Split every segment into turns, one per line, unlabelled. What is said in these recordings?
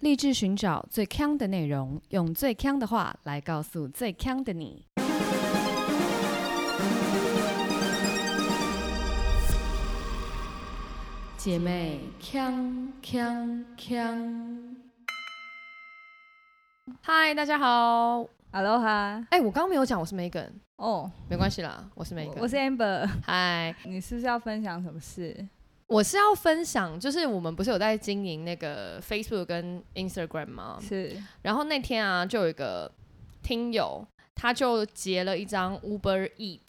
立志寻找最强的内容，用最强的话来告诉最强的你。姐妹，强强强！嗨，大家好。
Aloha，
哎、我刚刚没有讲我是 Megan，
哦、
没关系啦，我是
我
Megan。
我是 Amber，
嗨，
你是不是要分享什么事？
我是要分享，就是我们不是有在经营那个 Facebook 跟 Instagram 吗？
是
然后那天啊，就有一个听友，他就截了一张 Uber Eat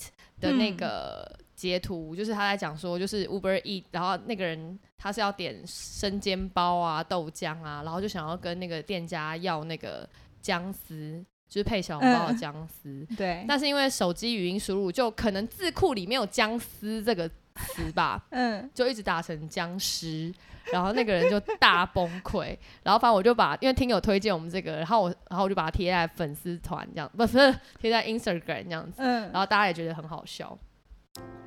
的那
嗯
个截图，就是他在讲说，就是 Uber Eat，然后那个人他是要点生煎包啊、豆浆啊，然后就想要跟那个店家要那个姜丝，就是配小笼包的
嗯
姜丝。
对，
但是因为手机语音输入，就可能字库里没有“僵尸”这个词吧，
嗯，
就一直打成僵尸，然后那个人就大崩溃。 然后反正我就把，因为听友推荐我们这个，然后我然后我就把它贴在粉丝团这样，不 不是贴在 Instagram 这样子，
嗯，
然后大家也觉得很好笑。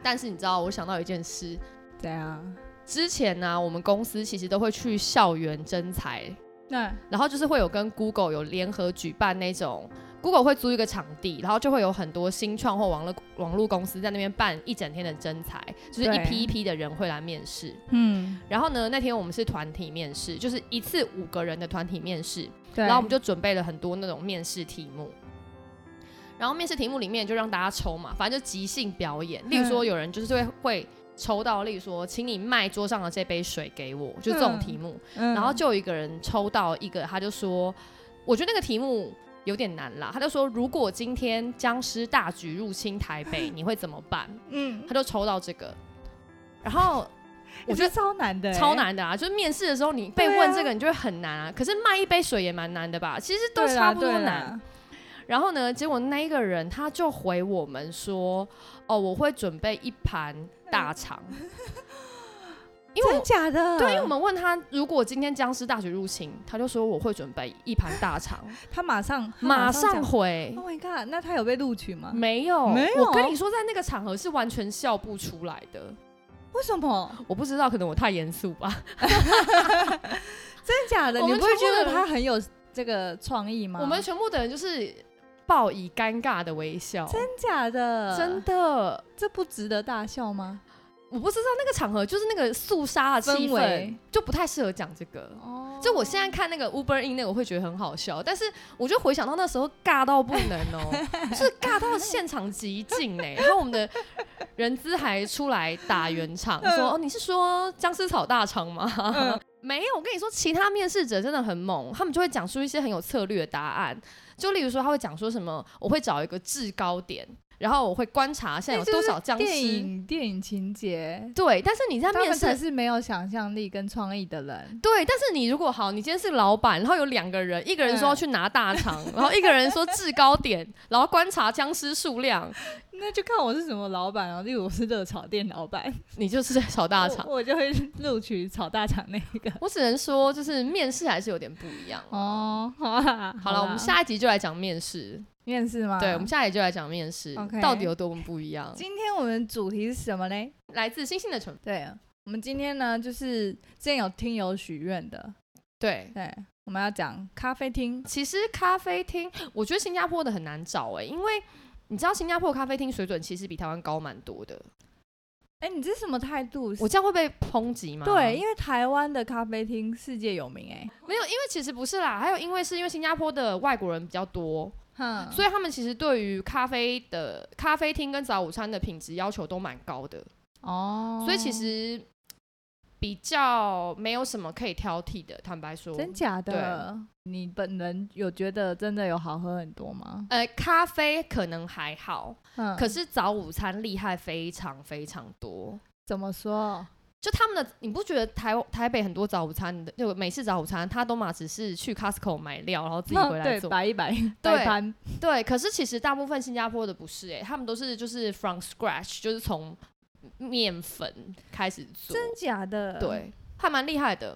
但是你知道，我想到一件事，
怎样？
之前呢、我们公司其实都会去校园征才，
那
然后就是会有跟 Google 有联合举办那种，Google 会租一个场地，然后就会有很多新创或网络网络公司在那边办一整天的征才，就是一
对
批一批的人会来面试。
嗯，
然后呢，那天我们是团体面试，就是一次五个人的团体面试，
对，
然后我们就准备了很多那种面试题目。然后面试题目里面就让大家抽嘛，反正就即兴表演。例如说，
嗯
有人就是会会抽到，例如说，请你卖桌上的这杯水给我，就这种
嗯
题目。
嗯，
然后就有一个人抽到一个，他就说，我觉得那个题目有点难啦。他就说，如果今天僵尸大举入侵台北，你会怎么办？
嗯，
他就抽到这个，然后我
我
觉
觉
得
得超难的欸，
超难的啊！就是面试的时候你被
对啊
问这个，你就会很难啊。可是卖一杯水也蛮难的吧？其实都
对啦，
差不多
对啦
难。，然后呢，结果那一个人他就回我们说，哦，我会准备一盘大 肠，因为我
真假的？
对，因为我们问他，如果今天僵尸大举入侵，他就说我会准备一盘大肠，
他 马上他
马上
上讲
回。嗯
，Oh my god，那他有被录取吗？
没有，
没有
我跟你说，在那个场合是完全笑不出来的。
为什么？
我不知道，可能我太严肃 吧。
真假的？
我
你
们
不会
全
觉
部的
得
人
他很有这个创意吗？
我们全部的人就是报以尴尬的微笑，
真假的？
真的，
这不值得大笑吗？
我不知道那个场合就是那个肃杀的气氛
氛围，
就不太适合讲这个。
哦
就我现在看那个 Uber In 那个，我会觉得很好笑，但是我就回想到那时候尬到不能哦、就是尬到现场极尽呢。然后我们的人资还出来打圆场，
嗯
说：“哦，你是说僵尸炒大肠吗？”
嗯
没有，我跟你说，其他面试者真的很猛，他们就会讲出一些很有策略的答案，就例如说他会讲说什么，我会找一个制高点，然后我会观察现在有多少僵
电
尸。
影电影情节，
对，但是你在
他
面
们
试
才是没有想象力跟创意的人。
对，但是你如果好，你今天是老板，然后有两个人，一个人说要
嗯
去拿大肠，然后一个人说制高点，然后观察僵尸数量，
那就看我是什么老板啊，例如我是热炒店老板，
你就是在炒大肠。
我我就会录取炒大肠那一个。
我只能说，就是面试还是有点不一样。
哦，好啦，
好了，我们下一集就来讲面试。
面试吗？
对，我们下一集就来讲面试
OK
到底有多么不一样。
今天我们主题是什么嘞？
来自星星的唇，
对，我们今天呢，就是之前有听友许愿的，
对。
对，我们要讲咖啡厅。
其实咖啡厅，我觉得新加坡的很难找哎、因为你知道新加坡的咖啡厅水准其实比台湾高蛮多的。
哎，你这是什么态度？
我这样会被抨击吗？
对，因为台湾的咖啡厅世界有名哎、
没有，因为其实不是啦，还有因为是因为新加坡的外国人比较多，
哼
所以他们其实对于咖啡的咖啡厅跟早午餐的品质要求都蛮高的，
哦，
所以其实比较没有什么可以挑剔的。坦白说，
真假的？你本人有觉得真的有好喝很多吗？
呃，咖啡可能还好，
嗯，
可是早午餐厉害非常非常多。
怎么说？
就他们的，你不觉得台台北很多早午餐的，就美式早午餐，他都嘛只是去 Costco 买料，然后自己回来
哦对，
做。
摆 一摆，
对
摆盘，
对，可是其实大部分新加坡的不是诶、他们都是就是 from scratch，就是从面粉开始做，
真假的？
对，还蛮厉害的，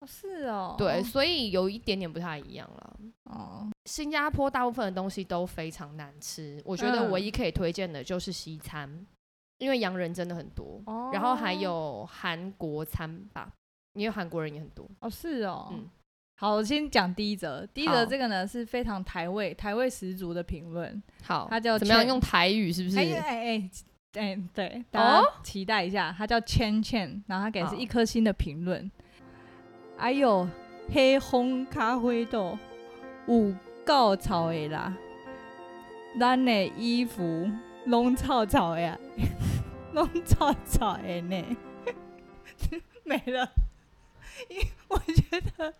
哦，是哦，
对，，所以有一点点不太一样了。
哦，
新加坡大部分的东西都非常难吃，我觉得
嗯
唯一可以推荐的就是西餐，因为洋人真的很多，
哦
然后还有韩国餐吧，因为韩国人也很多。
哦，是哦，
嗯
好，我先讲第一则。第一
好
则这个呢是非常台味、台味十足的评论。
好，
它叫
哦怎么样
Chen
用台语是不是？
哎哎哎哎，对，大家期待一下，他叫 Chen Chen，然后他给的是
好
一颗星的评论。哎呦，黑红咖啡豆有够臭的啦！咱的衣服拢臭臭的啊， 拢臭臭的呢， 没了。 因为我觉得，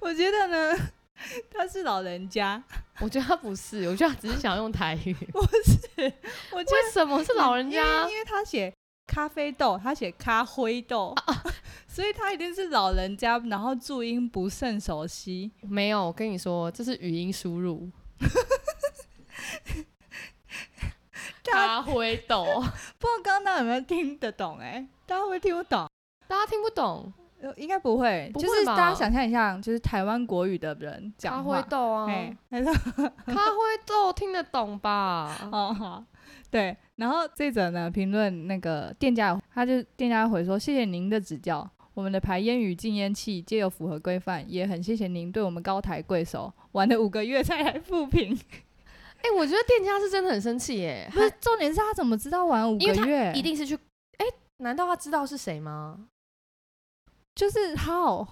我觉得呢，他是老人家，
我觉得他不是，我觉得他只是想用台语。
不是，我觉得
为什么是老人家
因为？因为他写咖啡豆，他写咖灰豆，
哦
所以他一定是老人家，然后注音不甚熟悉。
没有，我跟你说，这是语音输入。
大家
他会抖，
啊不知道刚刚大家有没有听得懂、哎，大家会不会听不懂？
大家听不懂。
呃应该不会，
不会
就是
吧
大家想象一下，就是台湾国语的人
他
讲
会
话，
抖啊，
哎，还是
他会抖，听得懂 吧？
哦好，对。然后这则呢，评论那个店家有，他就店家回说：“谢谢您的指教，我们的排烟与禁烟器皆有符合规范，也很谢谢您对我们高抬贵手，玩了五个月才来复评。
哎、我觉得店家是真的很生气耶，
不是，重点是他怎么知道玩五
因
个
为他
月？
一定是去，哎、难道他知道是谁吗？
就是 how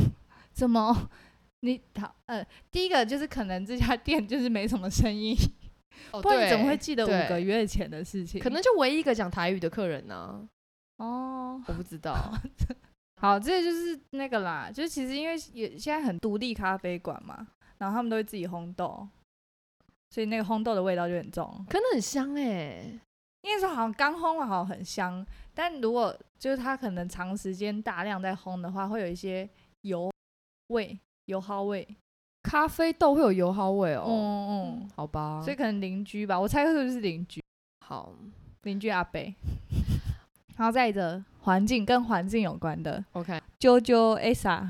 怎么你好呃，第一个就是可能这家店就是没什么生意，
哦，
不然你
对
怎么会记得
对
五个月前的事情？
可能就唯一一个讲台语的客人呢、
哦，
我不知道。
好，这就是那个啦，就是其实因为也现在很独立咖啡馆嘛，然后他们都会自己烘豆，所以那个烘豆的味道就很重。
可能很香哎、
因为说好像刚烘完好像很香，但如果就是它可能长时间大量在烘的话，会有一些油味、油耗味。
咖啡豆会有油耗味哦。
嗯嗯，
好吧，
所以可能邻居吧，我猜是不是邻居？
好
邻居阿北。 然后再一则环境跟环境有关的，
，OK，
啾啾 ASA，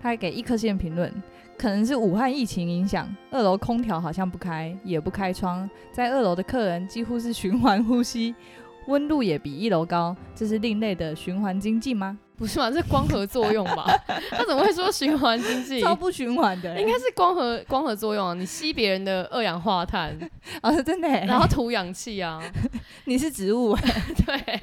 他
嗯
还给一颗星的评论，可能是武汉疫情影响，二楼空调好像不开，也不开窗，在二楼的客人几乎是循环呼吸， 温度也比一楼高，这是另类的循环经济吗？
不是嘛？这是光合作用 吧？他怎么会说循环经济？
超不循环的、欸，
应该是光合光合作用啊，你吸别人的二氧化 碳，
哦，真的欸、
然后吐氧气 啊，
你是植 物，
对。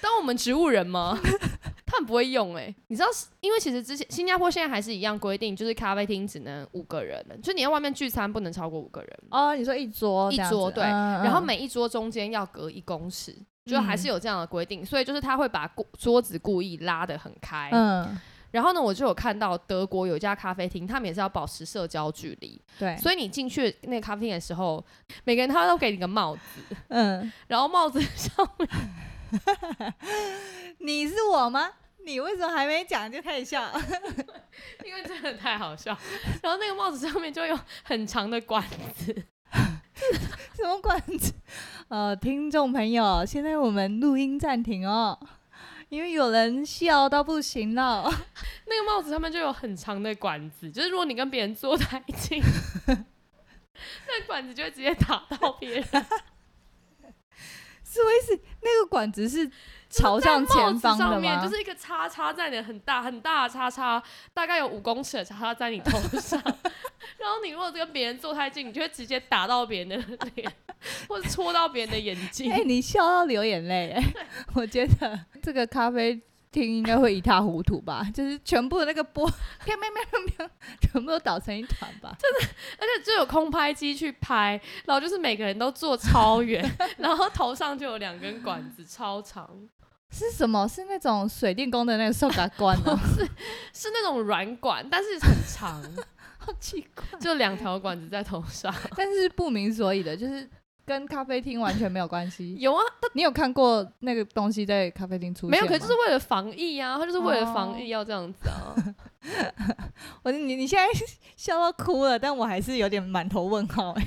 当我们植物人吗？ 他们不会用哎、你知道是，因为其实之前新加坡现在还是一样规定，就是咖啡厅只能五个人，就你在外面聚餐不能超过五个人，
哦，你说一桌
一
这样子
桌对
嗯嗯
然后每一桌中间要隔一公尺，就还是
嗯
有这样的规定，所以就是他会把故桌子故意拉得很开，
嗯，
然后呢，我就有看到德国有一家咖啡厅，他们也是要保持社交距离，
对，
所以你进去那个咖啡厅的时候，每个人他都给你个帽子，
嗯，
然后帽子上 面
你是我吗？你为什么还没讲就开始笑？
因为真的太好笑，然后那个帽子上面就有很长的管子，
什么管子？呃，听众朋友，现在我们录音暂停哦，因为有人笑到不行了。
那个帽子上面就有很长的管子，就是如果你跟别人坐在一起。那管子就会直接打到别人，
什么意思？那个管子是朝向前
在帽
方
子
的
上面
吗？
就是一个叉叉在你的很大很大的叉叉，大概有五公尺的叉叉在你头上。 然后你如果跟别人坐太近，你就会直接打到别人的脸，或者戳到别人的眼睛。
哎、你笑到流眼泪、 哎，我觉得这个咖啡厅应该会一塌糊涂吧，就是全部的那个波， 喵喵喵喵，全部都倒成一团 吧。
而且就有空拍机去拍，然后就是每个人都坐超 远，然后头上就有两根管子，超长，
是什么？是那种水电工的那个手打关 的，
是那种软管，但是很 长，
好奇怪。
就两条管子在头上。
但是不明所以的，就是跟咖啡厅完全没有关系。
有啊，
你有看过那个东西在咖啡厅出现
没有，
吗
可是就是为了防疫啊，他就是为了
哦
防疫要这样子啊。
我你你现在笑到哭了，但我还是有点满头问号、哎，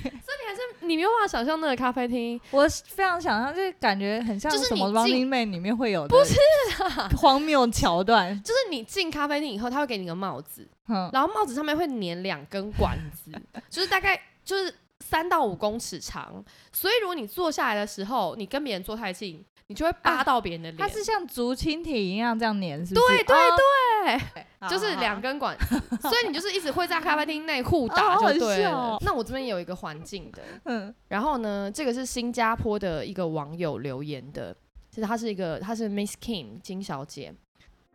你没有办法想象那个咖啡厅，
我非常想象，就是感觉很像
就是
什么
你
《
进
Running Man》里面会有不是、啊荒谬桥段。
就是你进咖啡厅以后，他会给你个帽子，
嗯，
然后帽子上面会粘两根管子， 就是大概就是三到五公尺长。所以如果你坐下来的时候，你跟别人坐
啊
太近，你就会扒到别人的脸。
它是像竹蜻蜓一样这样粘，是不
对
是？
对
哦
对，对，
啊
就是两根管， 所以你就是一直会在咖啡厅内互打就对
哦好好笑
了
哦。
那我这边有一个环境的，
嗯
然后呢，这个是新加坡的一个网友留言的，其实她是一个，她是 Miss Kim 金小姐，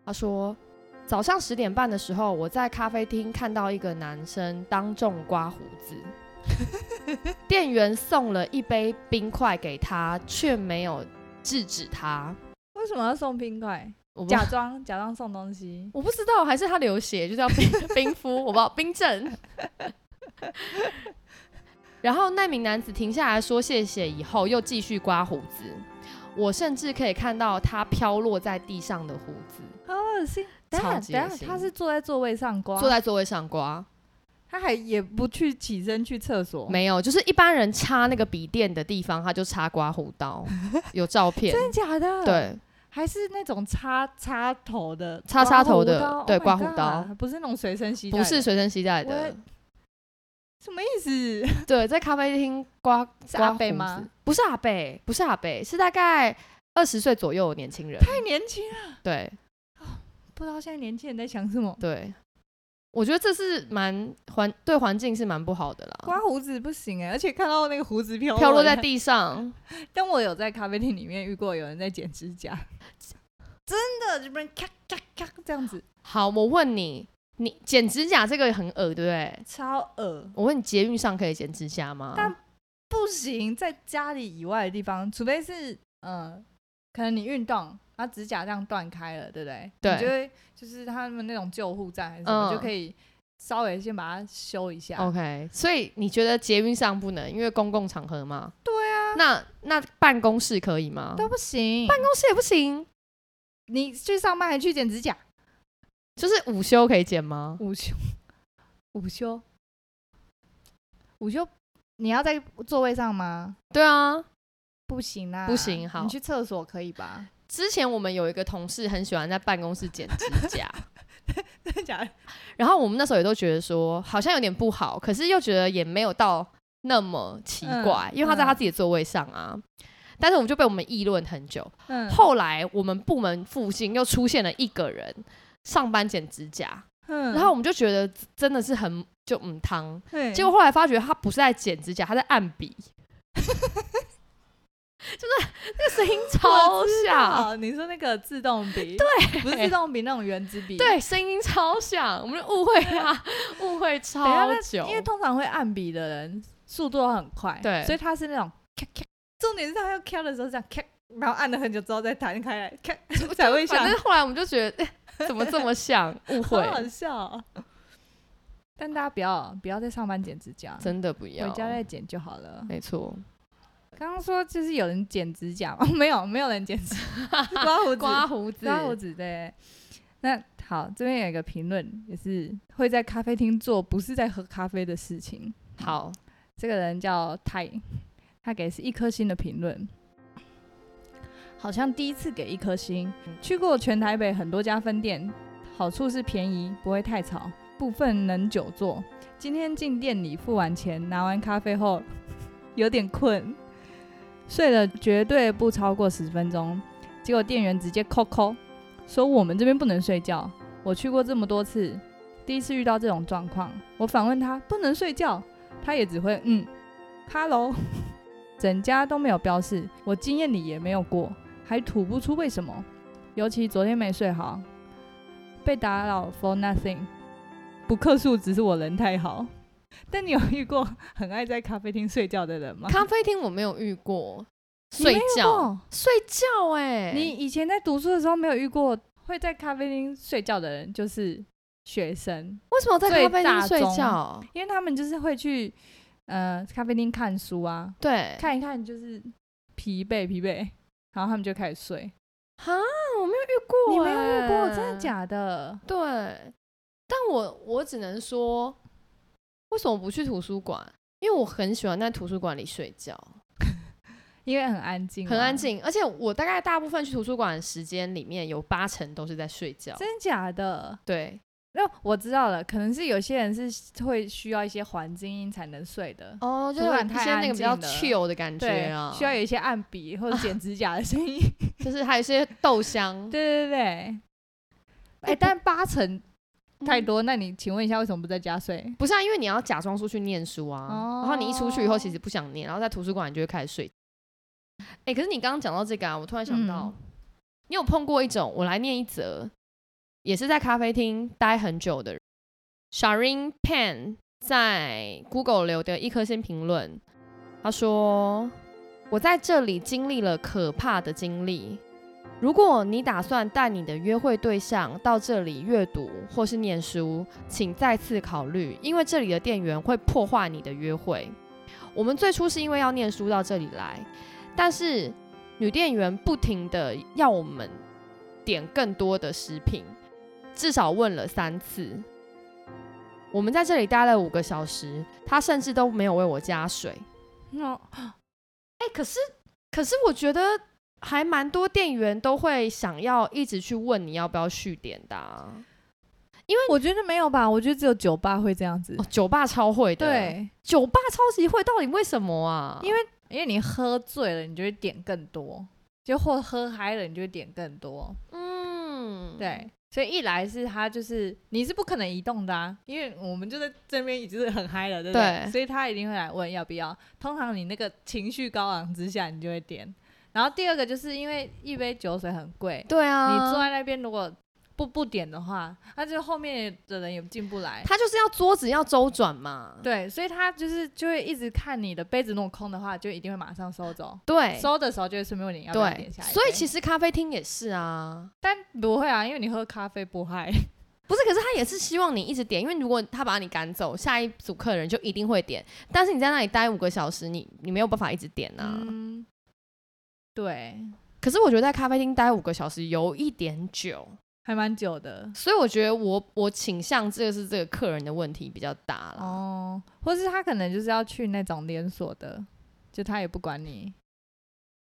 她说早上十点半的时候，我在咖啡厅看到一个男生当众刮胡子， 店员送了一杯冰块给他，却没有制止他。
为什么要送冰块？
我不
假装假装送东西，
我不知道，还是他流血，就叫冰 冰敷，我不知道冰镇。 然后那名男子停下来说谢谢以后，又继续刮胡子。我甚至可以看到他飘落在地上的胡子，
好恶心！等一下
超
等
级
一
恶
下，
心
他是坐在座位上刮，
坐在座位上刮。
他还也不去起身去厕所，
没有，就是一般人插那个笔电的地方，他就插刮胡 刀，有照片。
真的假的？，
对，
还是那种插插头的，
插插头的
刮胡刀
对
Oh my
刮胡刀
God，不是那种随身携
不
带的，
是随身携带的
我。什么意思？
对，在咖啡厅刮
是
刮
阿伯
胡
吗
子？不是阿贝，不是阿贝，是大概二十岁左右的年轻人。
太年轻了，
对，
不知道现在年轻人在想什么。
对，我觉得这是蛮环对环境是蛮不好的啦，
刮胡子不行哎、而且看到那个胡子 飘
飘落在
地。
地上，
但我有在咖啡厅里面遇过有人在剪指甲，真的就被人咔咔咔这样子，
好，我问你，你剪指甲这个很恶，对不对？
超恶。
我问你，捷运上可以剪指甲吗？
但不行，在家里以外的地方，除非是嗯、呃可能你运动，然后指甲这样断开了，对不对？
对
你就会就是他们那种救护站还是什
嗯
么，
哦
就可以稍微先把它修一下。
OK，所以你觉得捷运上不能，因为公共场合嘛？
对啊，
那那办公室可以吗？
都
办
不行。
公室也不行，
你去上班还去剪指甲，
就是午休可以剪吗？
午休，午休，午休，你要在座位上吗？
对啊，
不行啦，
不行好
你去厕所可以 吧？
之前我们有一个同事很喜欢在办公室剪指甲，
真的假的？
然后我们那时候也都觉得说，好像有点不好，可是又觉得也没有到那么奇怪，
嗯
因为他在他自己的座位上啊。但是我们就被我们议论很久。
嗯，
后来我们部门附近又出现了一个人上班剪指甲，
嗯
然后我们就觉得真的是很就嗯汤。
对
结果后来发觉他不是在剪指甲，他在按笔， 就是那个声音超
我知
像，
道你说那个自动笔，对，不是自动笔那种原子笔，。
对，声音超像，我们就误会他，误会
等一下
超
那
久，
因为通常会按笔的人速度都很快，
对
所以他是那种咔咔。重点是他要敲的时候这样咔，然后按了很久之后再弹开来咔， 才会像
反，正后来我们就觉得、欸怎么这么像，误
好好
会，
笑哦。但大家不要不要在上班剪指甲，
真的不要
回。家再剪就好了。
没错，
刚刚说就是有人剪指甲吗？ 没有，没有人剪指 甲，刮胡子，
刮胡子，
刮胡子对。那好，这边有一个评论，也是会在咖啡厅做不是在喝咖啡的事情。
好，
这个人叫泰，他给是一颗星的评论，好像第一次给一颗星。去过全台北很多家分店，好处是便宜，不会太吵，部分能久坐。今天进店里付完钱，拿完咖啡后有点困，睡了绝对不超过十分钟。结果店员直接扣扣，说我们这边不能睡觉。我去过这么多次，第一次遇到这种状况。我反问他不能睡觉，他也只会嗯，hello，整家都没有标示，我经验里也没有过，还吐不出为什么。尤其昨天没睡好，被打扰 for nothing，不客诉，只是我人太好。但你有遇过很爱在咖啡厅睡觉的人吗？
咖啡厅我没有遇过，
你没
睡
遇
觉
过
睡觉哎、
你以前在读书的时候没有遇过会在咖啡厅睡觉的人，就是学生，
为什么在
最
咖啡
大
厅睡
宗
觉？
因为他们就是会去呃咖啡厅看书啊，
对，
看一看就是疲惫疲惫，然后他们就开始睡。
哈，我没有遇过、
你没有遇过，
欸
真的？假的？
对，但我我只能说，为什么不去图书馆？因为我很喜欢在图书馆里睡觉。
因为很安静，
很安，静，而且我大概大部分去图书馆的时间里面有八成都是在睡觉。
真的假的？
对，
那我知道了，可能是有些人是会需要一些环境音才能睡的。
哦，就是
图书
有
馆
一
太
些那
安
个比较
静了
chill 的感觉
对
啊，，
需要有一些按 笔或者剪指甲的声音。
就是还有一些豆香。
对对对，哎、但八成太多，那你请问一下，为什么不在家睡？
不是啊，因为你要假装出去念书啊，
哦
然后你一出去以后其实不想念，然后在图书馆你就会开始睡。哎、可是你刚刚讲到这个啊，我突然想到，
嗯
你有碰过一种，我来念一则，也是在咖啡厅待很久的人 Sharin Pan 在 Google 留的一颗星评论，他说：“我在这里经历了可怕的经历。如果你打算带你的约会对象到这里阅读或是念书，请再次考虑，因为这里的店员会破坏你的约会。我们最初是因为要念书到这里来，但是女店员不停的要我们点更多的食品，至少问了三次。我们在这里待了五个小时，她甚至都没有为我加水。
哦，
哎、可是可是我觉得还蛮多店员都会想要一直去问你要不要续点的啊、
我觉得没有吧，我觉得只有酒吧会这样子。
哦，酒吧超会的，，
对，啊
酒吧超级会，到底为什么啊？
因为因为你喝醉了，你就会点更多，就或喝嗨了，你就会点更多。
嗯，
对，所以一来是他就是你是不可能移动的啊，因为我们就在这边已经是很嗨了，对不对？
对
所以他一定会来问要不要。通常你那个情绪高昂之下，你就会点。然后第二个就是因为一杯酒水很贵，
对啊，
你坐在那边如果不不点的话，那就后面的人也进不来。
他就是要桌子要周转嘛，
对，所以他就是就会一直看你的杯子，如果空的话，就一定会马上收走。
对
收的时候就会顺便问你要不要
对
点下，一杯。
所以其实咖啡厅也是啊，
但不会啊，因为你喝咖啡不啊 嗨。
不是，可是他也是希望你一直点，因为如果他把你赶走，下一组客人就一定会点，但是你在那里待五个小时，你你没有办法一直点啊。
嗯，对，
可是我觉得在咖啡厅待五个小时有一点久，
还蛮久的
所以我觉得我我倾向这个是这个客人的问题比较大啦。
哦。或是他可能就是要去那种连锁的，就他也不管你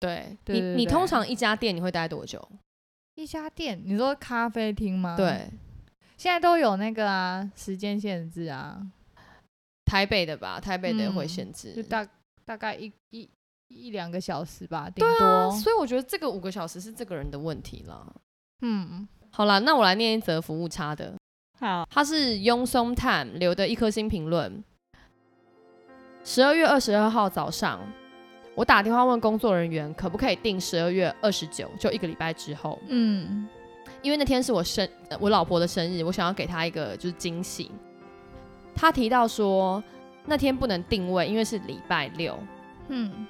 对
对对
你，你
对
通常一家店你会待多久？
一家店。你说咖啡厅吗？，
对，
现在都有那个啊，时间限制啊，
台北的吧，台北的会
嗯
限制。
就大大概一一一两个小时吧，顶
对
多。
啊，所以我觉得这个五个小时是这个人的问题啦。
嗯，
好啦，那我来念一则服务差的，
好，
他是雍松探留的一颗星评论。十二月二十二号早上，我打电话问工作人员可不可以定十二月二十九，就一个礼拜之后，
嗯，
因为那天是我生、呃我老婆的生日，我想要给她一个就是惊喜。她提到说那天不能定位，因为是礼拜六，
嗯，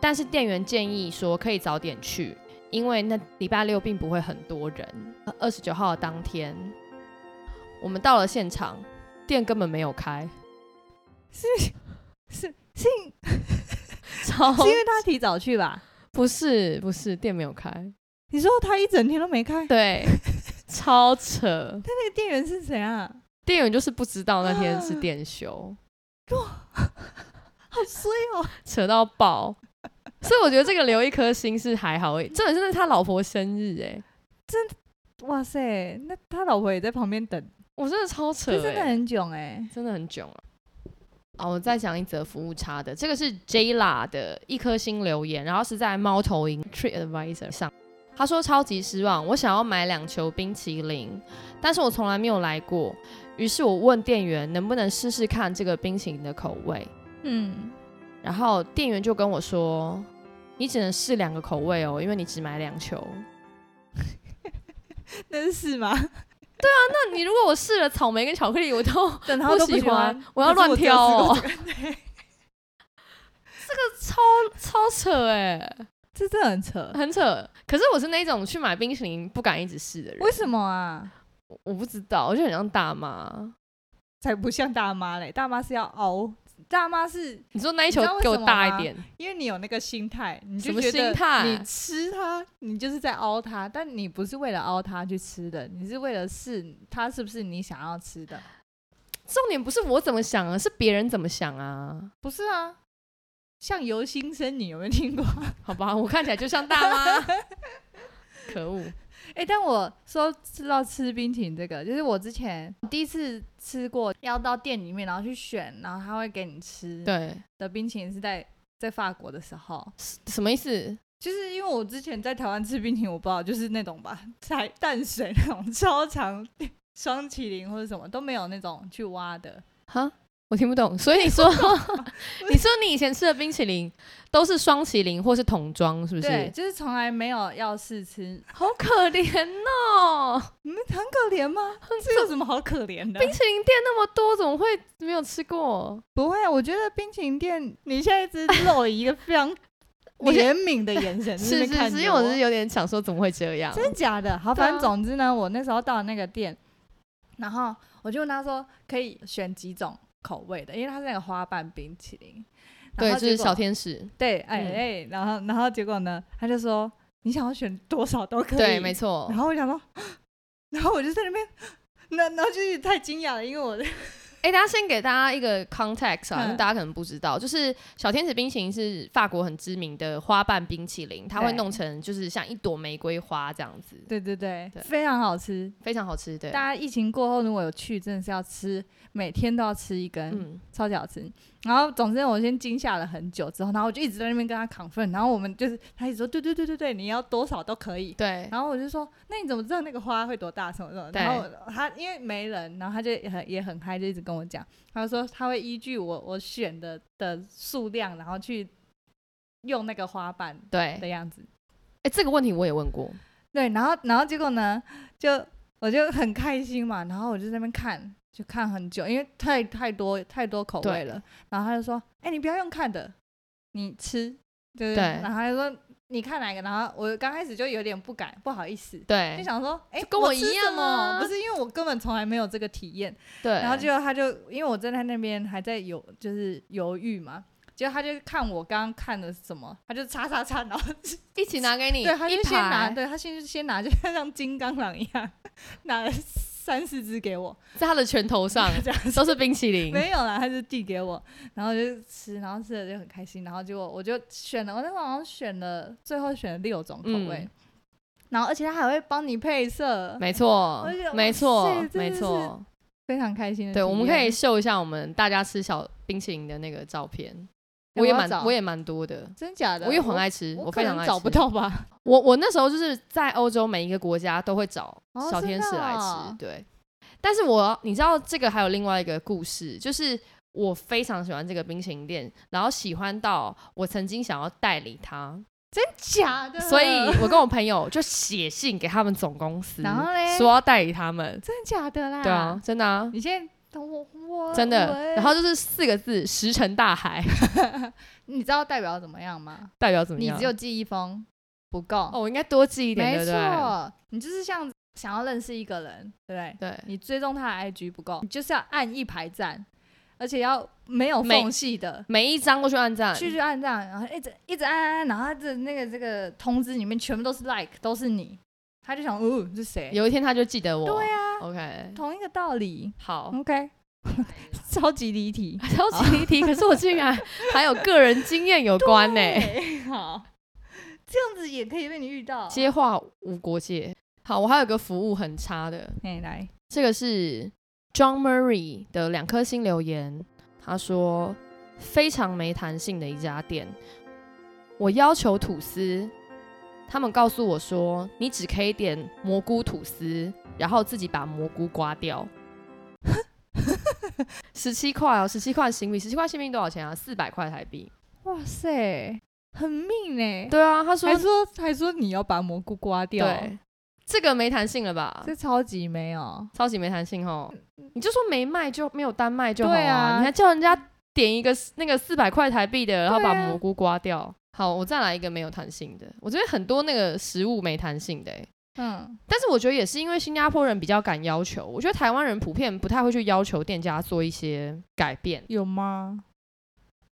但是店员建议说可以早点去，因为那礼拜六并不会很多人。二十九号的当天，我们到了现场，店根本没有开，
是是是，
超
是因为他提早去吧？
不是不是店没有开，
你说他一整天都没开，
对，超扯。
那个店员是谁啊？
店员就是不知道那天是店休，
好衰哦！
扯到爆。所以我觉得这个留一颗心是还好而已，真的是他老婆生日哎、
哇塞，那他老婆也在旁边等，
我真的超扯、
这
欸，
真的很囧哎、
真的很囧啊！哦，我再讲一则服务差的，这个是 Jela 的一颗星留言，然后是在猫头鹰 Tree Advisor 上，他说超级失望，我想要买两球冰淇淋，但是我从来没有来过，于是我问店员能不能试试看这个冰淇淋的口味，
嗯，
然后店员就跟我说，你只能试两个口味哦，因为你只买两球。
那是吗？
那你如果我试了草莓跟巧克力，我 都
等
不喜欢，我要乱挑哦。这个超超扯哎、
这真的很扯。
很扯。可是我是那种去买冰淇淋不敢一直试的人，
为什么啊？
我我不知道，我就很像大妈。
才不像大妈嘞，大妈是要熬，大妈是
你说那一球
你知道为
给我
什么
大
吗
一点，
因为你有那个心态，你
什
就
么
觉得
心态
你吃它，你就是在凹它，但你不是为了凹它去吃的，你是为了试它是不是你想要吃的。
重点不是我怎么想啊，是别人怎么想啊？
不是啊，相由心生，你有没有听过？
好吧，我看起来就像大妈， 可恶。
哎、但我说吃到吃冰淇淋这个，就是我之前第一次吃过，要到店里面然后去选，然后他会给你吃
对，
的冰淇淋是在在法国的时候，
什么意思？
就是因为我之前在台湾吃冰淇淋，我不知道就是那种吧，才淡水那种超长 双麒麟或者什么都没有那种去挖的，
哈，我听不懂。所以你 说，你说你以前吃的冰淇淋都是双麒麟或是桶装，是不
对，
是？
就是从来没有要试吃，
好可怜哦，
嗯，很可怜吗？这有什么好可怜的？
冰淇淋店那么多，怎么会没有吃过？
不会啊，我觉得冰淇淋店你现在一直露一个非常
我觉
怜悯的眼神，在
是
那边
是
看
是，
着
因为我是有点想说怎么会这样？
真的假的？好，
对啊
反正总之呢，我那时候到那个店，然后我就问他说可以选几种口味的，因为它是那个花瓣冰淇淋。
对，
然后
就
结
是
果
小天使。
对，哎
嗯
哎，然后然后结果呢，他就说你想要选多少都可以。
对，没
错。
错
然。后我想说，啊然后我就在那边，那然后就是太惊讶了，因为我的
哎、大家先给大家一个 context 啊，
嗯
因为大家可能不知道，就是小天使冰淇淋是法国很知名的花瓣冰淇淋，它会
对，
弄成就是像一朵玫瑰花这样子
对对 对
对
非常好吃。
非常好吃。对，
大家疫情过后如果有去，真的是要吃，每天都要吃一根。
嗯，
超级好吃。然后总之我先惊吓了很久之后，然后我就一直在那边跟他 confirm，然后我们就是他一直说对对对对对，你要多少都可以。
对，
然后我就说，那你怎么知道那个花会多大什么什么？
对
然后我他因为没人，然后他就也很也很嗨，就一直跟我讲，他就说他会依据我我选的的数量，然后去用那个花瓣
对，哎、
的样子。
这个问题我也问过，
对，然后然后结果呢，就我就很开心嘛，然后我就在那边看，就看很久，因为太太多太多口味
对
了。然后他就说：“哎、你不要用看的，你吃。”对
对
然后他就说：“你看哪个？”然后我刚开始就有点不敢，不好意思，就
对，
想说：“哎、
就跟
我
我
吃
一
什
样
么
啊
不是因为我根本从来没有这个体验。
对，
然后结果他就因为我站在那边还在犹就是犹豫嘛，结果他就看我刚刚看的什么，他就叉叉叉，然后
一起拿给你，
对，他就
一
先拿，
排，
对他先先拿，就 像金刚狼一样，拿了三四只给我，
在他的拳头 上
这样子
都是冰淇淋，
没有啦，他就递给我，然后就吃，然后吃的就很开心，然后结果我就选了，我那时候好像选了，最后选了六种口味，
嗯
然后而且他还会帮你配色，
没错
我就觉得，
没
哇
错
塞，真
没
的是
错。
非常开心的体
对，
验。
我们可以秀一下我们大家吃小冰淇淋的那个照片，我也
要
蛮
找
我也蛮多的，
真假的，
我也很，爱吃，
我
非
可
常
能
爱吃。
找不 到吧？
我我那时候就是在欧洲每一个国家都会找
哦
小
真
天
的
使来吃，
哦
对。但是我你知道这个还有另外一个故事，就是我非常喜欢这个冰淇淋店，然后喜欢到我曾经想要代理它，
假的，
所以我跟我朋友就写信给他们总公司，
然后嘞
说要代理他们，
真假的啦，
对啊，，真的啊。
你现在。我我
真
我
的，然后就是四个字“石沉大海
你知道代表怎么样吗？”，
代表怎么
你
样？
只有记忆封不够，
哦，我应该多记一点，
没
对不对？
错，你就是像想要认识一个人，对不对？
对，
你追踪他的 IG 不够，你就是要按一排赞，而且要没有
每嗯
缝隙的。
每一张都去按赞，
去去按赞，然后一直一直按按按，然后他的那个这个通知里面全部都是 like，都是你，他就想，哦，是谁？
有一天他就记得我。哦
对啊，嗯
OK，
同一个道理。
好，
OK，超级 离题，
超级离题，可是我竟然还有个人经验有关欸呢、
对，好，这样子也可以被你遇到。
接话无国界。好，我还有个服务很差的，
哎，来，
这个是 John Murray 的两颗星留言，他说非常没弹性的一家店，我要求吐司，他们告诉我说你只可以点蘑菇吐司，然后自己把蘑菇刮掉。十七块哦，十七块新币，十七块新币多少钱啊？四百块台币。
哇塞，很命欸呢。
对啊，他说
还说还说你要把蘑菇刮掉，
对，这个没弹性了吧？
这超级没有。
超级没弹性哦！你就说没卖就没有单卖就好
对啊
你还叫人家点一个那个四百块台币的，然后把
对啊
蘑菇刮掉。好，我再来一个没有弹性的。我这边很多那个食物没弹性的、欸，
嗯，
但是我觉得也是因为新加坡人比较敢要求，我觉得台湾人普遍不太会去要求店家做一些改变。
有吗？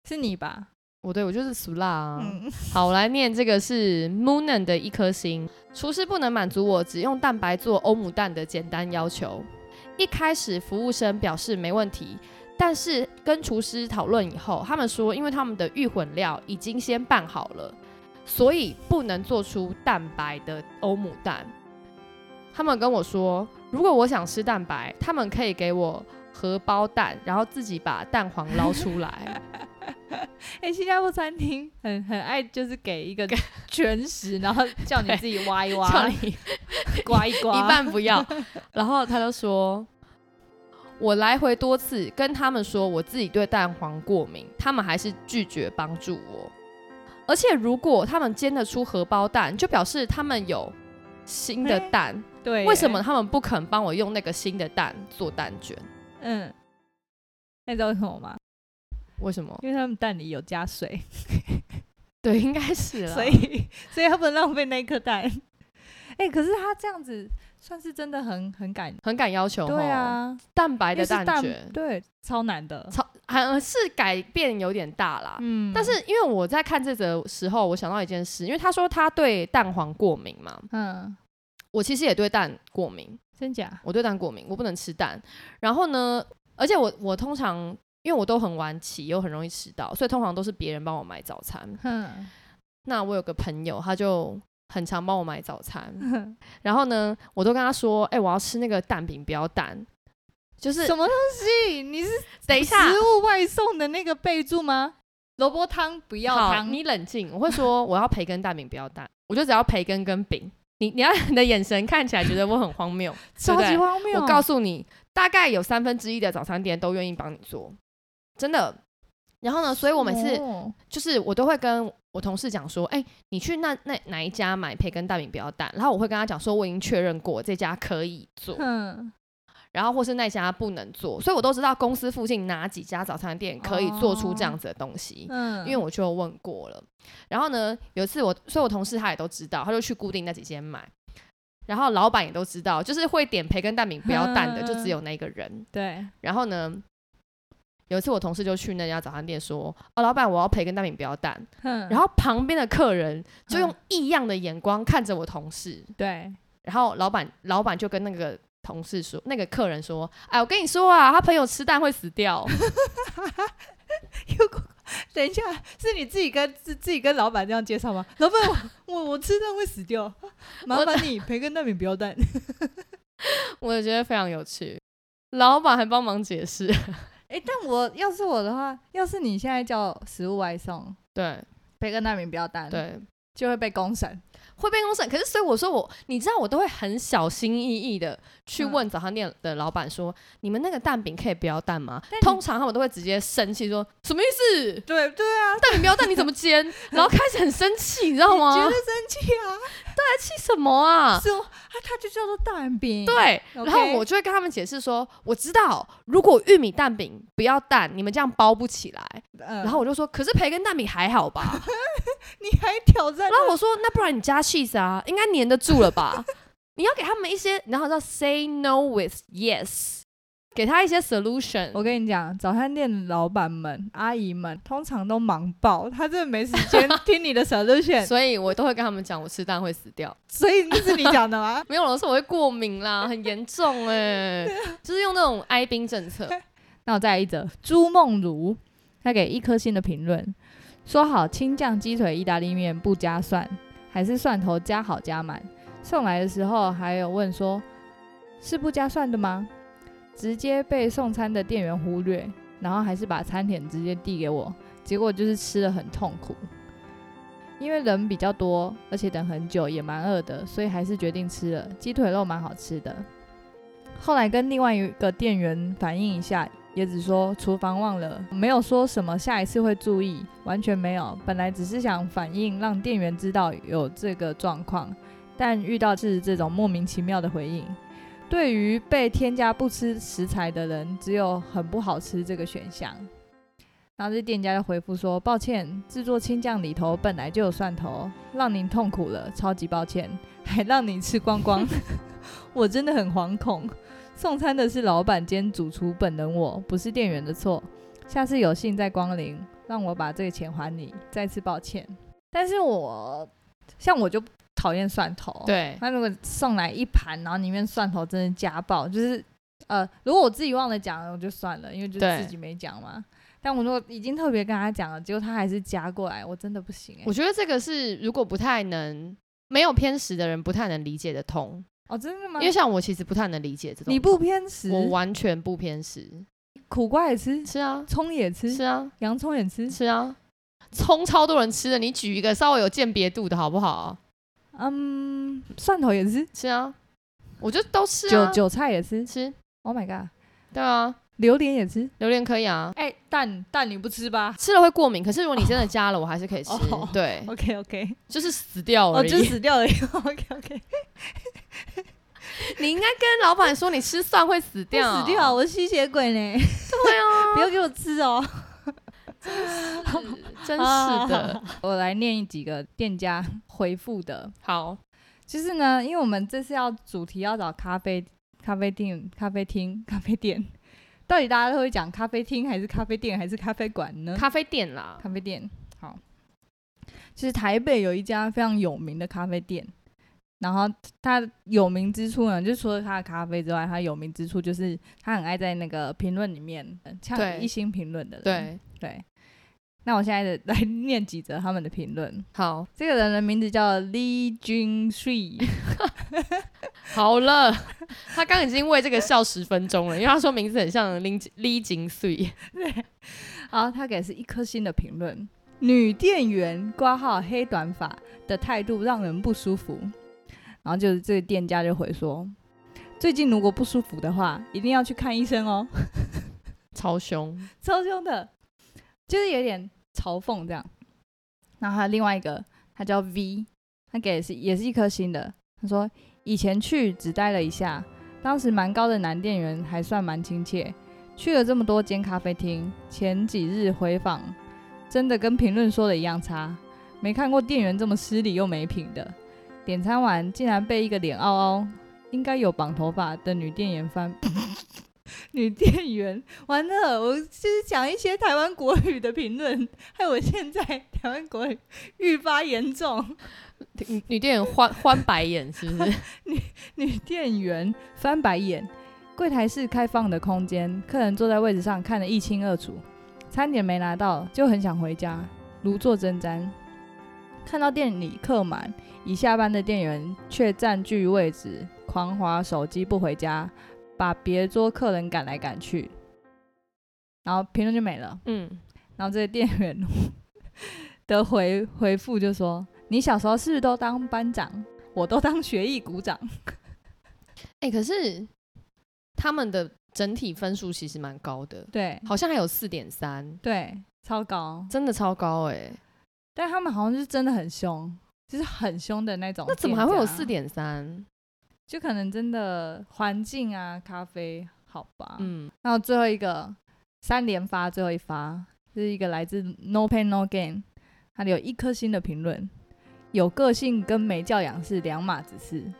是你吧？
我对我就是俗辣啊。
嗯，
好，我来念这个是 Moonen 的一颗星。厨师不能满足我只用蛋白做欧姆蛋的简单要求。一开始服务生表示没问题，但是跟厨师讨论以后，他们说因为他们的预混料已经先拌好了，所以不能做出蛋白的欧姆蛋。他们跟我说，如果我想吃蛋白，他们可以给我荷包蛋，然后自己把蛋黄捞出来。
哎、哎、新加坡餐厅很很爱，就是给一个全食，然后叫你自己挖一
叫
挖，
你
刮一刮，
一半不 要。然后他就说，我来回多次跟他们说我自己对蛋黄过敏，他们还是拒绝帮助我。而且如果他们煎得出荷包蛋，就表示他们有新的
哎
蛋，
对，
为什么？他们不肯帮我用那个新的蛋做蛋卷？
嗯，那你知道为什么吗？
为什么？
因为他们蛋里有加水，
对，应该是啦。
所以 所以他不能浪费那一颗蛋。 哎、可是他这样子算是真的很很敢，
很敢要求，
对，啊，
蛋白
因
的
为是
蛋
蛋
卷，
对，超难的，
超还是改变有点大啦。
嗯，
但是因为我在看这则的时候，我想到一件事，因为他说他对蛋黄过敏嘛，
嗯，
我其实也对蛋过敏，
真假？
我对蛋过敏，我不能吃蛋。然后呢，而且我我通常因为我都很晚起，又很容易迟到，所以通常都是别人帮我买早餐。
哼，
那我有个朋友，他就很常帮我买早餐， 然后呢，我都跟他说，哎、我要吃那个蛋饼，不要蛋。 就是
什么东西？你是
等一下，
食物外送的那个备注吗？萝卜汤不要
好，
汤，
你冷静，我会 说我要培根蛋饼，不要蛋，我就只要培根跟饼。你你要你的眼神看起来觉得我很荒 谬，对
超
不对
级荒谬。
我告诉你，大概有三分之一的早餐店都愿意帮你做，真的。然后呢，所以我每次
哦
就是我都会跟我同事讲说，哎、你去那那哪一家买培根蛋饼不要蛋，然后我会跟他讲说我已经确认过这家可以做，
哼，
然后或是那家不能做，所以我都知道公司附近哪几家早餐店可以做出
哦
这样子的东西。
嗯，
因为我就问过了。然后呢，有一次我，所以我同事他也都知道，他就去固定那几间买。然后老板也都知道，就是会点培根蛋饼不要蛋的，就
嗯
只有那一个人。
对，
然后呢，有一次我同事就去那家早餐店说：“哦，老板，我要培根蛋饼不要蛋。”
哼，
然后旁边的客人就用
嗯
异样的眼光看着我同事，
对，
然后老板老板就跟那个。同事说，那个客人说：“哎，我跟你说啊，他朋友吃蛋会死掉。
如果等一下，是你自己跟自自己跟老板这样介绍吗？老板，我我我吃蛋会死掉，麻
我
烦你培根蛋饼不要 蛋。
我觉得非常有趣。老板还帮忙解释，
哎、但我要是我的话，要是你现在叫食物外送，
对，
培根蛋饼不要蛋，，
对，
就会被公审。
会被公审。可是所以我说我，你知道我都会很小心翼翼的去
嗯
问早餐店的老板说，你们那个蛋饼可以不要蛋吗
但？你
通常他们都会直接生气说，什么意思？
对对啊，
蛋饼不要蛋，你怎么煎？ 然后开始很生气，你知道吗？
觉得
在
生气啊，
气什么哦啊？
是哦，啊，它就叫做蛋饼。
对，然
OK
后我就会跟他们解释说，我知道，如果玉米蛋饼不要蛋，你们这样包不起来。
嗯，
然后我就说，可是培根蛋饼还好吧？
你还挑战
然后我说，那不然你加 cheese 啊，应该粘得住了吧？你要给他们一些，然后叫 say no with yes，给他一些 solution。
我跟你讲，早餐店的老板们、阿姨们通常都忙爆，他真的没时间听你的 solution。
所以我都会跟他们讲，我吃蛋会死掉。？
所以那是你讲的吗
没有老师，我会过敏啦，很严重 哎、就是用那种哀兵政策。
那我再来一则，朱梦如，他给一颗星的评论，说好青酱鸡腿意大利面不加蒜，还是蒜头加好加满。送来的时候还有问说，是不加蒜的吗？直接被送餐的店员忽略，然后还是把餐点直接递给我，结果就是吃的很痛苦。因为人比较多，而且等很久也蛮饿的，所以还是决定吃了鸡腿肉，蛮好吃的。后来跟另外一个店员反映一下，也只说厨房忘了，没有说什么下一次会注意，完全没有。本来只是想反映让店员知道有这个状况，但遇到是这种莫名其妙的回应。对于被添加不吃食材的人，只有很不好吃这个选项。然后这店家就回复说：“抱歉，制作青酱里头本来就有蒜头，让您痛苦了，超级抱歉， 还让你吃光光， 我真的很惶恐。送餐的是老板兼主厨本人我，不是店员的错。下次有幸再光临，让我把这个钱还你，再次抱歉。但是我像我就讨厌蒜头，
对，
他如果送来一盘，然后里面蒜头真的加爆，就是呃，如果我自己忘了讲，我就算了，因为就是
对
自己没讲嘛。但我如果已经特别跟他讲了，结果他还是加过来，我真的不行哎、
我觉得这个是如果不太能没有偏食的人不太能理解的痛，
哦，真的吗？
因为像我其实不太能理解这种。
你不偏食，
我完全不偏食，
苦瓜也吃，
是啊，
葱也吃，
是啊，
洋葱也吃，
是啊。葱超多人吃的，你举一个稍微有鉴别度的好不好？
嗯，蒜头也是，
吃啊，我就都吃
韭
啊，
韭菜也是
吃，
，Oh my god，
对啊，
榴莲也吃。
榴莲可以啊，
哎、蛋蛋你不吃 吧
吃了会过敏，可是如果你真的加了，我还是可以吃
哦。
对，
？OK OK，
就是死掉
哦，
而
就
已。
死掉了。OK OK，
你应该跟老板说，你吃蒜会死
会
掉，
死掉，我是吸血鬼 呢，
对啊，
不要给我吃哦。
真是的。
我来念几个店家 回复的，
好，
就是呢，因为我们这次要主题要找咖啡咖啡店、咖啡厅、 咖啡店，到底大家都会讲咖啡厅还是咖啡店还是咖啡馆呢？
咖啡店啦，
咖啡店。好，就是台北有一家非常有名的咖啡店，然后它有名之处呢，就除了它的咖啡之外，它有名之处就是它很爱在那个评论里面呃
对
呛一星评论的人。
对，
对。那我现在的来念几则他们的评论。
好，
这个人的名字叫 Lee Jun Sui，
好了，他刚已经为这个笑十分钟了，因为他说名字很像林李景穗，
然后他给的是一颗星的评论。女店员挂号黑短发的态度让人不舒服，然后就是这个店家就回说，最近如果不舒服的话，一定要去看医生哦，
超凶。
超凶的，就是有点嘲讽这样。然后还有另外一个，他叫 V，他给的是也是一颗星的，他说以前去只待了一下，当时蛮高的男店员还算蛮亲切。去了这么多间咖啡厅，前几日回访，真的跟评论说的一样差，没看过店员这么失礼又没品的。点餐完竟然被一个脸凹凹，应该有绑头发的女店员翻。 女店员，完了，我就是讲一些台湾国语的评论，害我现在台湾国语愈发严重。
女女店员欢欢白眼是不是？
女店员翻白眼。柜台是开放的空间，客人坐在位置上看得一清二楚。餐点没拿到就很想回家，如坐针毡。看到店里客满，已下班的店员却占据位置，狂划手机不回家，把别桌客人赶来赶去。然后评论就没了。
嗯，
然后这个店员 的回回复就说：“你小时候是不是都当班长？我都当学艺股长。”
哎、可是他们的整体分数其实蛮高的，
对，
好像还有四点三，
对，超高。
真的超高哎、
但他们好像是真的很凶，就是很凶的那种。
那怎么还会有四？点三？
就可能真的环境啊，咖啡好吧。嗯，
嗯，
然后最后一个三连发，最后一发是一个来自 No Pain No Gain，他有一颗星的评论，有个性跟没教养是两码子事。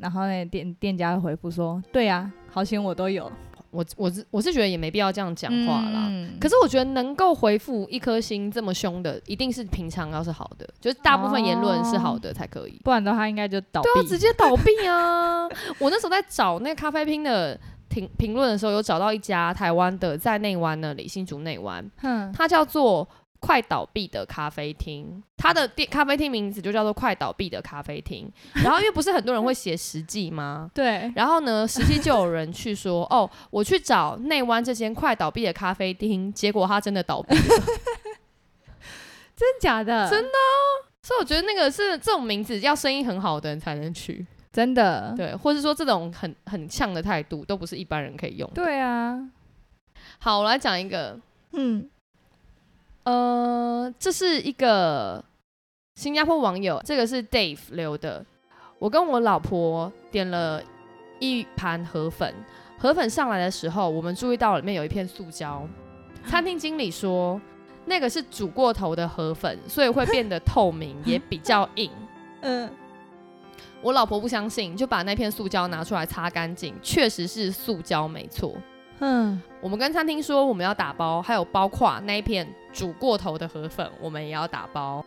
然后呢，店店家回复说：“对啊，好险我都有
我我是我是觉得也没必要这样讲话啦。
嗯
可是我觉得能够回复一颗星这么凶的，一定是平常要是好的，就是大部分言论是好的才可以。
不然的话，应该就倒闭。
对啊，直接倒闭啊！ 我那时候在找那个咖啡厅的评评论的时候，有找到一家台湾的，在内湾那里，新竹内湾，
哼，
它叫做快倒闭的咖啡厅，它的店咖啡厅名字就叫做快倒闭的咖啡厅。然后因为不是很多人会写实际吗？
对，
然后呢，实际就有人去说， 哦，我去找内湾这间快倒闭的咖啡厅，结果它真的倒闭。
真假的？
真啊所以我觉得那个是这种名字要生意很好的人才能去，
真的？
对，或是说这种很很呛的态度，都不是一般人可以用。
对啊，
好，我来讲一个，
嗯，
呃，这是一个新加坡网友，这个是 Dave 留的。我跟我老婆点了一盘河粉，河粉上来的时候，我们注意到里面有一片塑胶。餐厅经理说，那个是煮过头的河粉，所以会变得透明，也比较硬。
嗯，
我老婆不相信，就把那片塑胶拿出来擦干净，确实是塑胶，没错。
嗯，
我们跟餐厅说我们要打包，还有包括那一片煮过头的河粉，我们也要打包。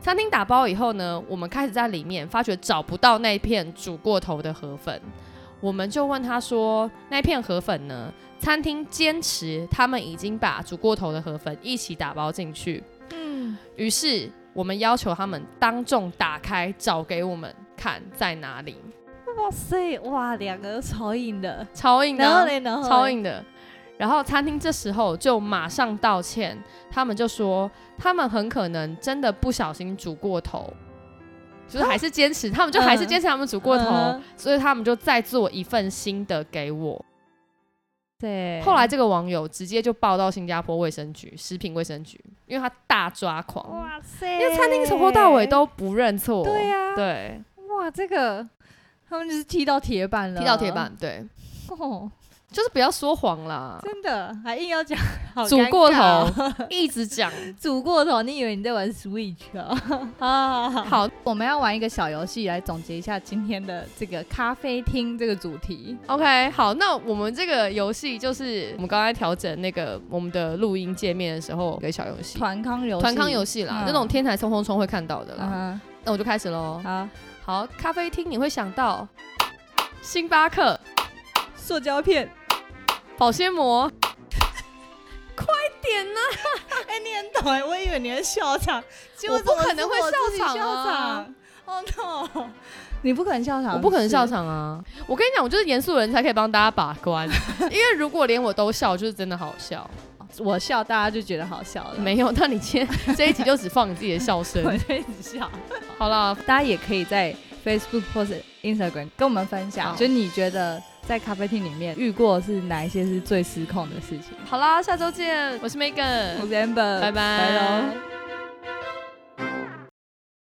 餐厅打包以后呢，我们开始在里面发觉找不到那片煮过头的河粉，我们就问他说：“那片河粉呢？”餐厅坚持他们已经把煮过头的河粉一起打包进去，
嗯，
于是我们要求他们当众打开找给我们看在哪里，
哇塞，哇，两个都超硬的，
超硬的啊、
然后嘞，然后嘞
超，硬的。然后餐厅这时候就马上道歉，他们就说他们很可能真的不小心煮过头，就是还是坚持，他们就还是坚持他们煮过头，
啊嗯
所以他们就再做一份新的给我。
对，
后来这个网友直接就报到新加坡卫生局、食品卫生局，因为他大抓狂，
哇塞，
因为餐厅从头到尾都不认错，
对啊呀、
对，
哇，这个他们就是踢到铁板了，
踢到铁板，对，
哦，
就是不要说谎啦，
真的还硬要讲，好
煮
尴
过
尬哦，
头，一直讲。
煮过头，你以为你在玩 Switch 啊？啊， 好
好
我们要玩一个小游戏来总结一下今天的这个咖啡厅这个主题。
，OK，好，那我们这个游戏就是我们刚才调整那个我们的录音界面的时候，有一个小游戏，
团康游戏，
团康游戏啦，
嗯
那种天台冲冲冲会看到的啦。
嗯
那我就开始喽
哼，。好，
好，咖啡厅你会想到星巴克、
塑胶片，
保鲜膜，快点呐、
哎、你很懂哎，我以为你会笑场，结
我不可能会笑场啊
哦 no，你不可能笑场，
我不可能笑
是，
场啊！我跟你讲，我就是严肃的人才可以帮大家把 关，因为如果连我都笑，就是真的好笑。
我笑大家就觉得好笑了，
没有，那你今天这一集就只放你自己的笑声
我。就一直笑。
好啦，
大家也可以在 Facebook 或是 Instagram 跟我们分享，
好
就你觉得在咖啡厅里面遇过是哪一些是最失控的事情。
好啦，下周见，我是 Megan，
我是 Amber，
拜拜
拜喽。